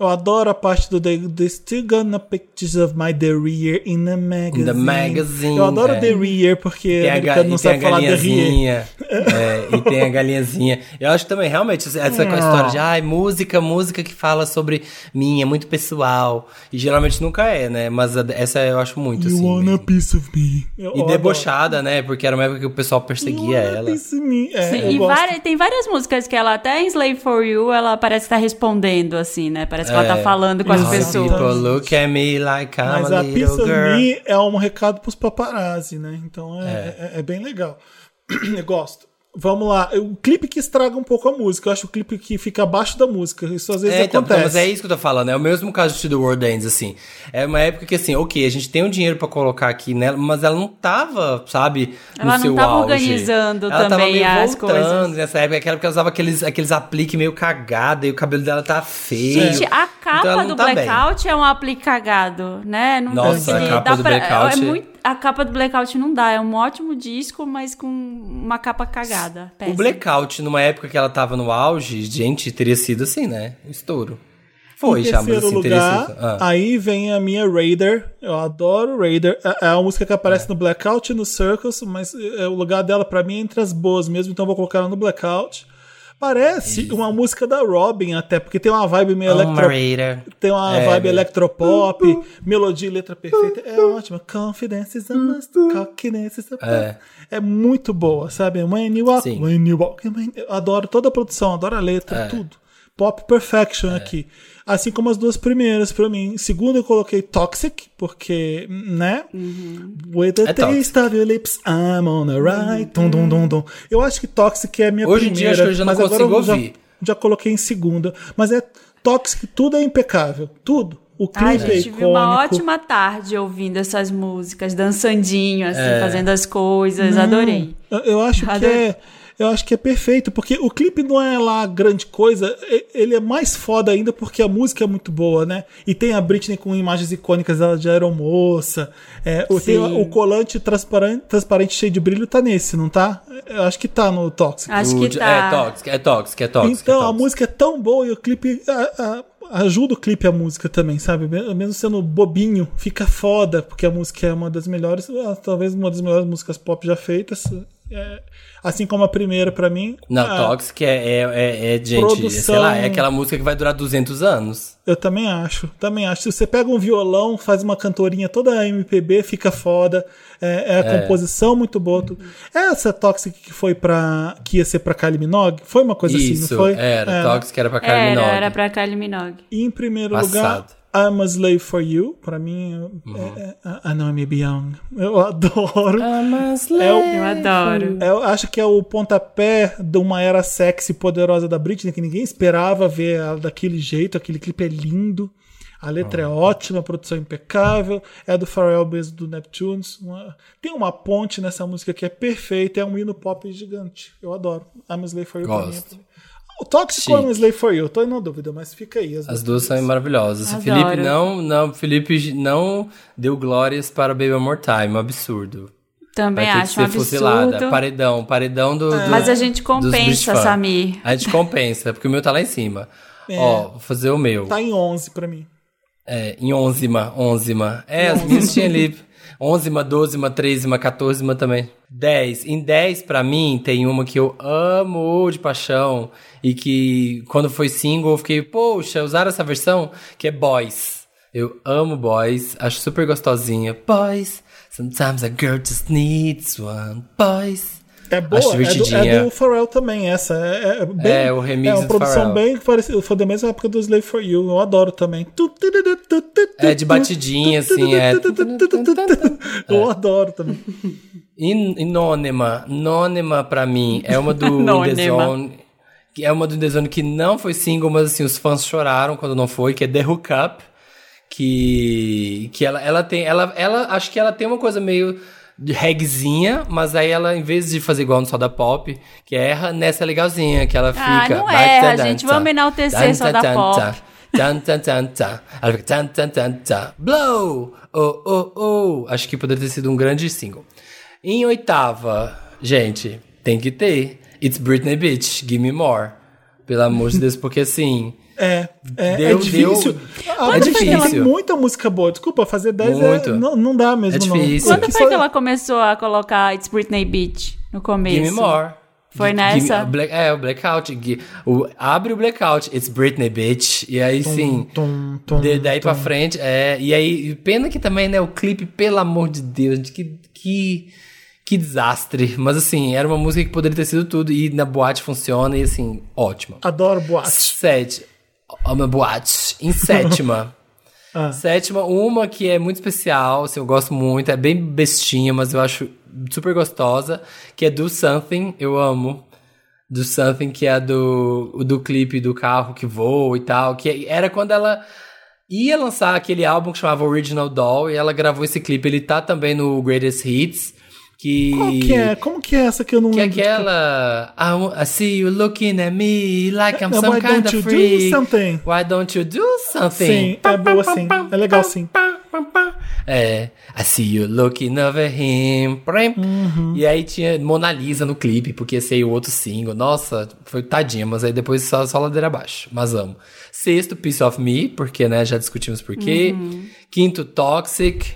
Eu adoro a parte do they, they Still Gonna Pictures of My Derriere in the Magazine.
magazine,
Eu adoro
é.
Derriere porque
Tem a, ga-
americano não
e tem a
sabe falar Derriere.
galinhazinha. É, e tem a galinhazinha. Eu acho também, realmente, essa essa história de ai, música, música que fala sobre mim, é muito pessoal. E geralmente nunca é, né? Mas a- essa eu acho muito,
You
assim.
want a
mesmo.
piece of me. Eu
E
adoro.
debochada, né? Porque era uma época que o pessoal
You
perseguia
want a
ela.
piece of me. É,
Sim,
eu
e
gosto.
várias- tem várias músicas que ela, até em Slave for You, ela parece que tá respondendo, assim, né? Parece que ela tá
É.
falando com as
Exato.
pessoas.
People look at me like I'm
Mas
a
a
little
Piece of
Ah, girl.
Me é um recado pros paparazzi, né? Então é, é- é bem legal. Eu gosto. Vamos lá. O clipe que estraga um pouco a música. Eu acho o clipe que fica abaixo da música. Isso às vezes
É, então,
acontece.
mas é isso que eu tô falando. É o mesmo caso de The World Ends, assim. É uma época que, assim, ok, a gente tem um dinheiro pra colocar aqui nela, mas ela não tava, sabe,
Ela
no
não
seu
tava
auge.
organizando
ela tava
também
meio
as
voltando
coisas.
nessa época. Aquela que ela usava aqueles, aqueles apliques meio cagada e o cabelo dela tá feio.
Gente, a capa
Então ela não
do
tá bem.
Blackout é um aplique cagado, né? Não
Nossa,
ele
a capa
dá
do
pra-
Blackout-
É muito, a capa do Blackout não dá, é um ótimo disco, mas com uma capa cagada.
O
péssimo.
Blackout, numa época que ela tava no auge, gente, teria sido assim, né? Um estouro. Foi,
em
chama
terceiro
assim,
lugar,
interessante. Ah.
aí vem a minha Raider. Eu adoro Raider. É é a música que aparece no Blackout e no Circus, mas é, o lugar dela pra mim é entre as boas mesmo, então eu vou colocar ela no Blackout. Parece uma música da Robin até, porque tem uma vibe meio
Uma
electro...
Raider.
Tem uma
É,
vibe
mesmo.
electropop, melodia e letra perfeita. É ótima. Confidence is a must, cockiness is a must.
Uhum. É.
É. muito boa, sabe? When you walk,
Sim. É.
when you walk. when- Eu adoro toda a produção, adoro a letra, tudo. Pop perfection aqui. Assim como as duas primeiras pra mim. Em segundo eu coloquei Toxic, porque, né? With the
É
taste of your lips, I'm on a right. Dum, dum, dum, dum. Eu acho que Toxic é a minha
Hoje em dia,
primeira.
acho que eu já não
mas agora
consigo
já-
ouvir.
já coloquei em segunda. Mas é tóxico, tudo é impecável. Tudo. O
Ai,
clipe é
gente, tive
icônico.
uma ótima tarde ouvindo essas músicas, dançandinho, assim,
É.
fazendo as coisas,
Hum.
adorei.
Eu, eu acho que
Adorei.
é. Eu acho que é perfeito, porque o clipe não é lá grande coisa, e- ele é mais foda ainda porque a música é muito boa, né? E tem a Britney com imagens icônicas dela de aeromoça. É, o- tem
Sim.
o colante transparente, transparente cheio de brilho tá nesse, não tá? Eu acho que tá no Tóxico.
Acho
O-
que tá.
É tóxico, é tóxico, é tóxico.
Então,
é
a
tóxico.
música é tão boa e o clipe a- a- ajuda o clipe a música também, sabe? Me- Mesmo sendo bobinho, fica foda, porque a música é uma das melhores, ah, talvez uma das melhores músicas pop já feitas. É, assim como a primeira pra mim.
Não,
Ah,
Toxic é, é, é, é, gente, sei
Produção-
lá, é aquela música que vai durar 200 anos.
Eu também acho, também acho. Se você pega um violão, faz uma cantorinha toda MPB, fica foda. É, é a composição muito boa. tudo. Essa Toxic que foi para que ia ser pra Kylie Minogue, foi uma coisa assim,
Isso,
não foi?
era.
É.
Toxic era pra Carmen
Era,
Nogue.
era pra Kylie Minogue.
E em primeiro
Passado. Uhum.
lugar, I'm a Slave for You. Pra mim, é- é, é, I Know I'm Young. Eu adoro. É o-
Eu adoro.
eu acho que é o pontapé de uma era sexy e poderosa da Britney, que ninguém esperava ver ela daquele jeito. Aquele clipe é lindo. A letra é
Uhum.
ótima, a produção é impecável. É do Pharrell mesmo, do Neptunes. Uma- Tem uma ponte nessa música que é perfeita. É um hino pop gigante. Eu adoro. I'm a Slave for You. pra mim é
Gosto.
pra mim. O Tóxico
Chique.
I'm a Slave for You. Tô na dúvida, mas fica aí.
As duas são maravilhosas.
Adoro.
Felipe não, não, Felipe não deu glórias para Baby One More Time, um absurdo. Vai
Também
ter que
acho um
ser fuzilada.
absurdo.
Paredão, paredão do,
É.
do-
Mas a gente
dos British
compensa,
fans.
Samir.
A gente compensa, porque o meu tá lá em cima. Ó, vou fazer o meu.
É. Tá em 11 pra mim.
É, em onzima, onzima. É, as minhas tinha ali. Onzima, dozima, trezima, quatorzima também. Dez. Em dez, pra mim, tem uma que eu amo de paixão. E que, quando foi single, eu fiquei, poxa, usaram essa versão? Que é Boys. Eu amo Boys, acho super gostosinha. Boys, sometimes a girl just needs one. Boys.
É boa,
Acho
é do,
divertidinha.
é do Pharrell também, essa. É, é, bem,
É, o remix
É uma
do
produção
Pharrell.
bem parecida. Foi da mesma época do Slave for You. Eu adoro também.
É de batidinha, assim, é.
Eu adoro também.
In- Inônima. Nônima pra mim. É uma do
Anônima.
Indezone. que É uma do Indezone que não foi single, mas assim, os fãs choraram quando não foi, que é The Hook Up. Que, que ela, ela tem. Ela, ela acho que ela tem uma coisa meio de regzinha, mas aí ela, em vez de fazer igual no Soda Pop, que erra, nessa é legalzinha, que ela
Ah,
fica.
não
vai,
erra,
tá,
gente,
tá,
vamos
tá,
enaltecer
tá,
Soda
tá,
Pop.
tá. Tan, tan, tan, tan. Ela fica tan, tan, tan, tan. Blow! Oh, oh, oh. Acho que poderia ter sido um grande single. Em oitava, gente, tem que ter. It's Britney Beach, Give Me More. Pelo amor de Deus, porque assim.
É, é, é
Deu-
difícil.
deu-
Ah,
É
mas tem
difícil.
muita música boa. Desculpa, fazer 10 é,
Muito.
não, não dá mesmo.
É difícil.
Não.
Quando foi que ela começou a colocar It's Britney Beach no começo?
Give Me More.
Foi
Gi-
nessa?
Gimme- Black- é, o Blackout. Gi- o- abre o Blackout, It's Britney Beach. E aí sim.
Tum, tum,
de- daí pra
tum.
frente. É, e aí, pena que também, né? O clipe, pelo amor de Deus, gente, que. que que desastre. Mas assim, era uma música que poderia ter sido tudo. E na boate funciona, e assim, ótima.
Adoro boate.
Sete. Ó, uma boate. Em sétima.
Ah.
Sétima, uma que é muito especial, assim, eu gosto muito, é bem bestinha, mas eu acho super gostosa, que é Do Something, eu amo. Do Something, que é a do, o do clipe do carro que voa e tal, que era quando ela ia lançar aquele álbum que chamava Original Doll, e ela gravou esse clipe, ele tá também no Greatest Hits, que...
Qual que é? Como que é essa que eu não
Que é
lembro?
aquela. I, wa- I see you looking at me like I'm
Não,
some
É, why
kind
don't
of
you do
freak.
something?
Why don't you do something?
Sim, é boa sim. É legal sim.
Pá, pá, pá, pá. É. I see you looking over him. prim.
Uhum.
E aí tinha Mona Lisa no clipe, porque esse aí é o outro single. Nossa, foi tadinha, mas aí depois só, só ladeira abaixo. Mas amo. Sexto, Piece of Me, porque, né, já discutimos por quê.
Uhum.
Quinto, Toxic,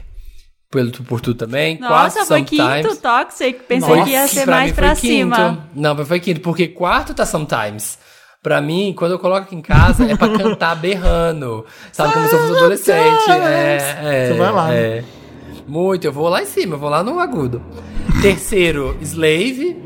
pelo, por tu também.
Nossa,
Quarto,
foi
Sometimes.
quinto Toxic. Pensei
Nossa,
que ia ser
pra
mais
mim foi
pra
quinto.
cima.
Não, mas foi quinto, porque quarto tá sometimes. Pra mim, quando eu coloco aqui em casa, é pra cantar berrando. Sabe, como se eu fosse adolescente. É, é,
Você vai lá,
é. Muito, eu vou lá em cima, eu vou lá no agudo. Terceiro, Slave.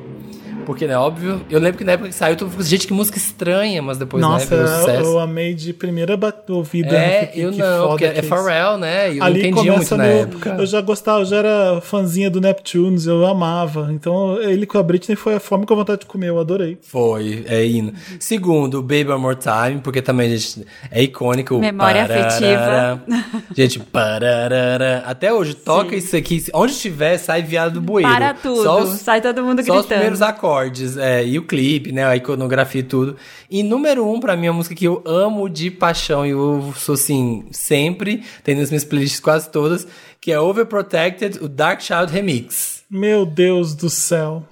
Porque, né, óbvio. Eu lembro que na época que saiu, tu falou, gente, que música estranha, mas depois,
Nossa,
né, virou
eu,
sucesso.
eu amei de primeira bat- ouvida.
é,
fiquei,
eu
que
não,
foda
porque
que
é
isso.
Pharrell, né? Eu
Ali
não entendia muito
começa
na
meu-
época.
Eu já gostava, eu já era fãzinha do Neptunes, eu amava. Então, ele com a Britney foi a fome com a vontade de comer, eu adorei.
Foi, é hino.
Uhum.
Segundo, Baby One More Time, porque também, gente, é icônico.
Memória
Pararara. Gente, pararara. até hoje, toca isso aqui. Onde estiver, sai viado do bueiro.
Para tudo.
Só os,
Sai todo mundo
só os primeiros
gritando.
acordes, é, e o clipe, né, a iconografia e tudo. E número um, pra mim, é uma música que eu amo de paixão, e eu sou, assim, sempre, tem nas minhas playlists quase todas, que é Overprotected, o Dark Child Remix.
Meu Deus do céu.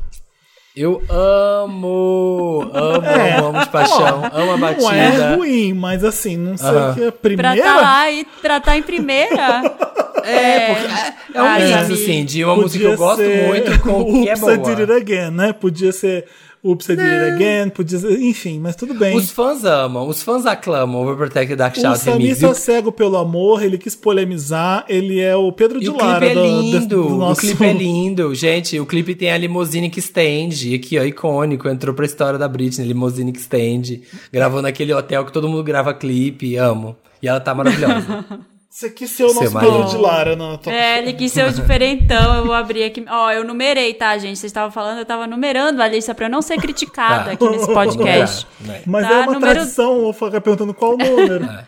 Eu amo, amo, amo de paixão, amo a
Não é
batida.
ruim, mas assim, não sei o
Aham.
que é a
Pra
primeira.
tá lá e tratar em primeira. é,
É um
Ai,
mix,
amigo.
assim, de uma música que eu gosto
ser
muito com o que é
Oops, I Did It
boa.
Again, né? Podia ser Oops, I Did It Again, podia ser... Enfim, mas tudo bem.
Os fãs amam, os fãs aclamam Overprotect Dark
O
Child Remix.
Samista cego pelo amor, ele quis polemizar, ele é o Pedro
E
de
o clipe
Lara
é
do- do-
lindo,
do
o
nosso...
clipe é lindo. Gente, o clipe tem a limusine que estende, aqui ó, icônico, entrou pra história da Britney, limusine que estende. Gravou naquele hotel que todo mundo grava clipe, amo. E ela tá maravilhosa.
Você quis ser o
Seu
nosso
marido.
Pedro de Lara na tua...
É, ele quis ser o diferentão, eu vou abrir aqui. Ó, eu numerei, tá, gente? Vocês estavam falando, eu tava numerando a lista pra eu não ser criticada
Tá.
aqui nesse podcast.
Né?
Mas
Tá,
é uma
número-
tradição, eu ficar perguntando qual o número.
É.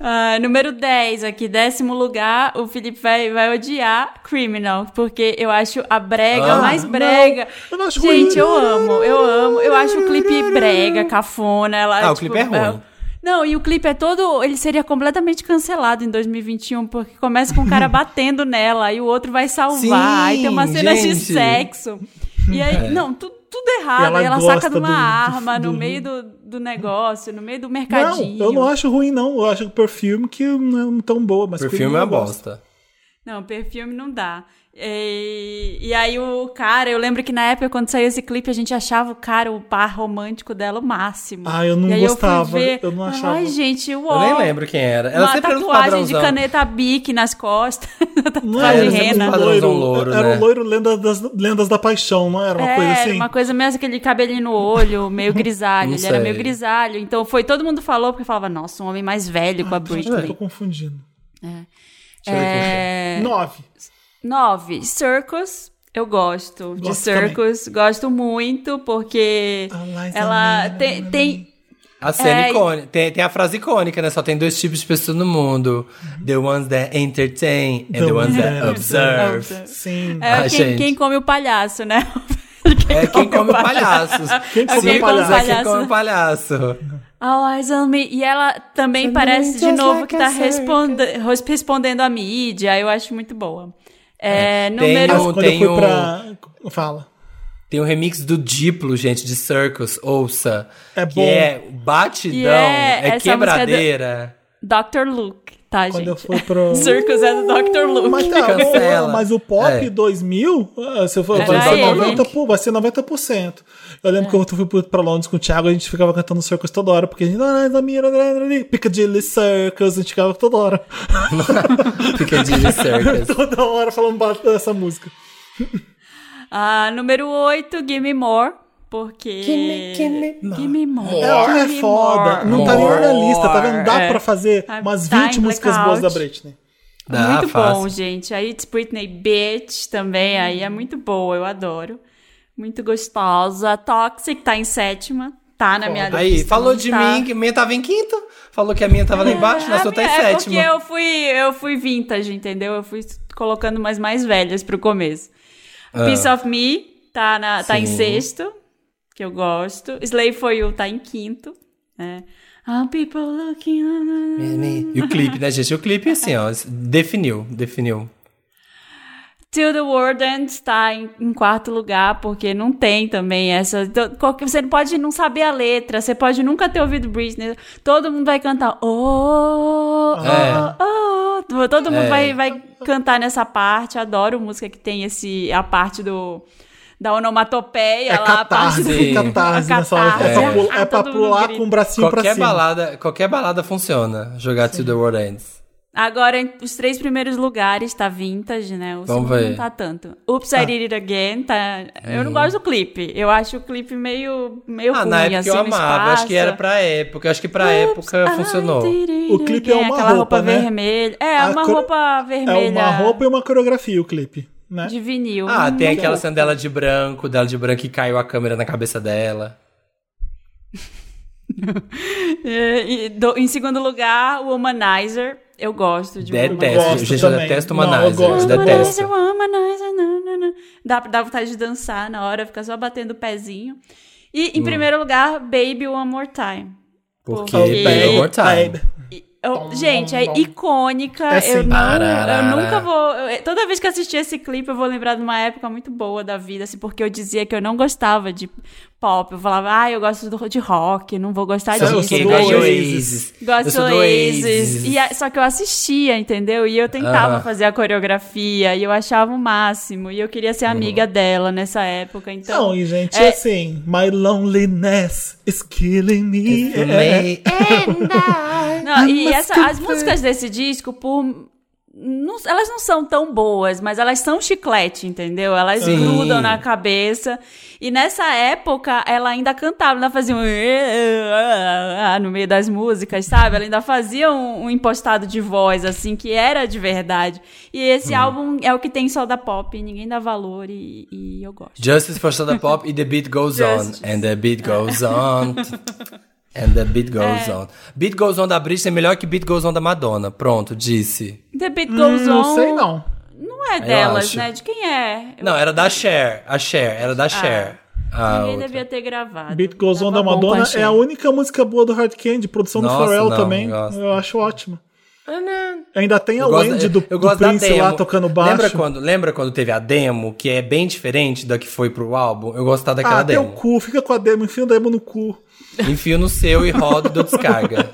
Ah, número 10 aqui, décimo lugar, o Felipe vai, vai odiar Criminal, porque eu acho a brega
Ah,
mais brega.
eu não acho ruim.
gente, eu amo, eu amo. Eu acho o clipe brega, cafona. Ela,
Ah, o
tipo,
clipe é ruim.
Não, e o clipe é todo. Ele seria completamente cancelado em 2021, porque começa com um cara batendo nela, e o outro vai salvar.
Sim,
aí tem uma cena de
gente.
sexo. E aí, não, tu- tudo errado.
É. E ela
aí ela
gosta
saca de uma
do- do-
arma no
do-
meio do, do negócio, no meio do
Não,
mercadinho.
eu não acho ruim, não. Eu acho o perfume que não é tão boa, mas...
O filme é
eu
uma
gosto.
bosta.
Não, perfume não dá. E, e aí o cara, eu lembro que na época quando saiu esse clipe, a gente achava o cara, o par romântico dela, o máximo.
Ah, eu não
e aí Eu,
gostava,
fui ver,
eu não
ai,
achava.
gente, o
Eu nem lembro quem era. Ela
Uma
sempre era um
tatuagem de
padrãozão.
caneta bique nas costas.
Não
Faz
era,
Tá de
sempre
rena.
um
Padrãozão
loiro,
louro,
era
né?
um loiro lenda das, lendas da paixão, não era uma
é,
coisa assim?
era uma coisa mesmo, aquele cabelinho no olho, meio grisalho.
Não
ele era
sei.
meio grisalho. Então foi, todo mundo falou, porque falava, nossa, um homem mais velho
Ah,
com a
Gente, eu tô
é.
Britney.
confundindo.
Deixa eu ver quem é.
Nove.
9. Circus. Eu gosto de
Gosto também. Ah,
Circus. Gosto muito, porque
Aliza
ela
Milano.
tem. tem
A cena
É, e-
icônica. Tem, tem a frase icônica, né? Só tem dois tipos de pessoas no mundo: The ones that entertain and the, ones that observe.
Sim.
é
Ah,
quem,
gente.
quem come o palhaço, né?
É quem come palhaços.
Quem
É
come palhaço.
É quem come palhaço.
All eyes on me. E ela também parece de
just
novo
like
que
a
tá
circus.
responde, res- respondendo à mídia. Eu acho muito boa. É,
Mas
número.
um-
quando
tem
eu
um-
fui pra... Fala.
Tem um remix do Diplo, gente, de Circus, ouça.
É
que
bom.
é batidão,
E é
é,
essa
quebradeira.
Dr. Luke, tá,
Quando
gente?
eu fui pro...
Circus é do Dr. Luke.
Mas, tá,
Cancela.
o- mas o Pop
É.
2000, ah, se eu for,
Era
vai, ser
ele. né? É.
90, por- vai ser 90%. Eu lembro que eu fui pro- pra Londres com o Thiago, a gente ficava cantando Circus toda hora, porque a gente. "Ah, da mira, da mira, da mira, Piccadilly Circus, a gente ficava toda hora.
Fica de Circus.
toda hora falando ba- dessa música.
Ah, número 8, Gimme More. Porque. Gimme, gimme more. more.
É, ela é
Gimme
foda.
more.
Não tá nem
More.
na lista, tá vendo? Dá
É.
pra fazer
Tá-
umas
tá em
20 músicas boas
blackout.
da Britney.
Dá,
É muito bom,
Ah, fácil.
gente. Aí it's Britney Bitch também, aí é muito boa, eu adoro. Muito gostosa. Toxic tá em sétima, tá na minha lista.
Aí, falou de
tá.
mim, que minha tava em quinto. Falou que a minha tava lá embaixo,
É,
nós só tá em
é
sétimo.
porque eu fui, eu fui vintage, entendeu? Eu fui colocando umas mais velhas pro começo. Piece of Me tá, na, tá em
Ah. Sim.
sexto, que eu gosto. Slave for You tá em quinto. né? Ah, people looking...
E o clipe, né, gente? O clipe, assim, ó, definiu, definiu.
Till the World Ends está em, em quarto lugar, porque não tem também essa. to- qualquer- Você não pode não saber a letra, você pode nunca ter ouvido Britney. Todo mundo vai cantar. Oh,
Ah,
É.
oh, oh. Todo mundo
É.
vai, vai cantar nessa parte. Adoro música que tem esse, a parte do. Da onomatopeia
É
lá, a parte do-
do-
catarse, catarse nessa hora. É
Catarse.
pra, pul- é
Ah,
pra
todo mundo
pular
grita.
com o bracinho pra
Qualquer
cima.
balada, qualquer balada funciona. Jogar Till the World Ends.
Agora, em- os três primeiros lugares tá vintage, né? O
Vamos
segundo
ver. Ah. É.
não tá tanto. Oops, I Did It Again, tá... Eu não gosto do clipe. Eu acho o clipe meio, meio
Ah,
ruim,
na época
assim,
eu
no
amava. Acho que
espaço.
era pra época. Acho que pra época
I
funcionou.
did it
O clipe é
again,
uma
aquela roupa,
roupa, né?
vermelha. É,
A
uma
cor-
roupa
É
vermelha.
uma roupa e uma coreografia o clipe, né?
de vinil.
Ah,
Hum,
tem
não
aquela
gosto.
cena dela de branco, dela de branco e caiu a câmera na cabeça dela.
É, e do- em segundo lugar, o Womanizer. Eu gosto de
Detesto.
gosto
gente, eu
também.
detesto
Não, eu
Manais. Eu,
gosto.
detesto.
Womanizer, womanizer, na, na, na. Dá, dá vontade de dançar na hora, fica só batendo o pezinho. E
Hum.
em primeiro lugar, Baby One More Time.
Porque
Oh,
Baby One é More Time.
babe.
E- eu- gente, é icônica.
É sim.
eu, não, eu
Ararara.
nunca vou. eu- toda vez que assistir esse clipe, eu vou lembrar de uma época muito boa da vida, assim, porque eu dizia que eu não gostava de pop. Eu falava, ah, eu gosto do- de rock, não vou gostar
Sabe
disso.
o que
Porque
sou do
gosto de
Oasis.
Oasis. Eu
Gosto
sou
do
do
Oasis.
Oasis.
E a- só que eu assistia, entendeu? E eu tentava
Aham.
fazer a coreografia e eu achava o máximo. E eu queria
Uhum.
ser amiga dela nessa época. Então,
Não, e gente,
É.
assim, my loneliness is killing me.
Eu
É,
amei.
Não, e essa- as músicas desse disco, por. não- elas não são tão boas, mas elas são chiclete, entendeu? Elas
Sim.
grudam na cabeça. E nessa época, ela ainda cantava, ela fazia um. no meio das músicas, sabe? Ela ainda fazia um, um impostado de voz, assim, que era de verdade. E
Hum.
esse álbum é o que tem só da pop, e ninguém dá valor, e, e eu gosto.
Justice for Soda Pop e The Beat Goes
Justice. É.
On. And the Beat Goes On. And the Beat Goes On. Beat Goes On da Britney é melhor que Beat Goes On da Madonna. Pronto, disse.
The Beat Goes On.
Hum, Não sei não.
Não é delas,
acho.
né? De quem é? Eu- Ah.
Não, era da Cher. A Cher, era da Cher. A
Ninguém
outra.
devia ter gravado.
é Beat Goes On
Tava
da
bom tá com
Madonna
Cher.
é a única música boa do Hard Candy, produção do
Nossa,
Pharrell
não,
também.
gosto.
Eu acho ótima.
Ah,
Ainda tem a
Eu gosto- é,
Wendy É do,
eu
do
gosto da
Prince
demo.
lá tocando baixo.
Lembra quando, lembra quando teve a demo, que é bem diferente da que foi pro álbum? Eu gostava daquela
ah, teu
é demo.
cu, fica com a demo, enfia o demo no cu.
Enfio no seu e rodo e dou descarga.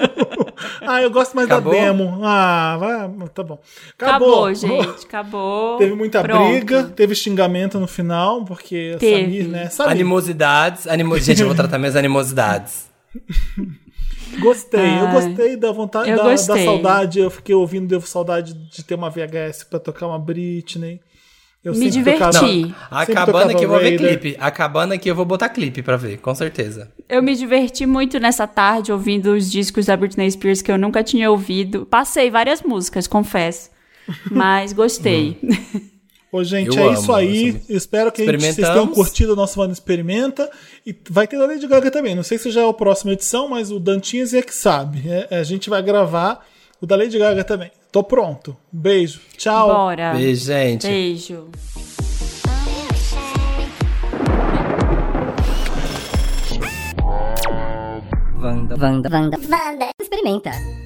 Ah, eu gosto mais
Acabou?
da demo. Ah, vai, tá bom.
Acabou, gente. Acabou.
Teve muita
Pronto.
briga, teve xingamento no final, porque
Teve.
Samir, né? Samir,
Animosidades. Animo... Gente, eu vou tratar minhas animosidades.
gostei. Eu
Ai.
gostei da vontade,
Ah, Eu
da,
gostei.
da saudade. Eu fiquei ouvindo, devo saudade de ter uma VHS pra tocar uma Britney. Eu
Me
sempre tocava-
diverti.
sempre
Acabando
tocava
aqui, eu vou ver
Raider.
clipe. Acabando aqui, eu vou botar clipe pra ver, com certeza.
Eu me diverti muito nessa tarde ouvindo os discos da Britney Spears que eu nunca tinha ouvido. Passei várias músicas, confesso. Mas gostei.
Ô, gente,
Eu
é
amo,
isso
eu
aí.
sou-
Espero que a gente, vocês
Experimentamos.
tenham curtido o nosso Mano Experimenta. E vai ter da Lady Gaga também. Não sei se já é a próxima edição, mas o Dantinhas é que sabe. É, a gente vai gravar o da Lady Gaga também. Tô pronto. Beijo. Tchau.
Bora.
Beijo, gente.
Tá. Beijo.
Vanda. Vanda. Vanda. Experimenta.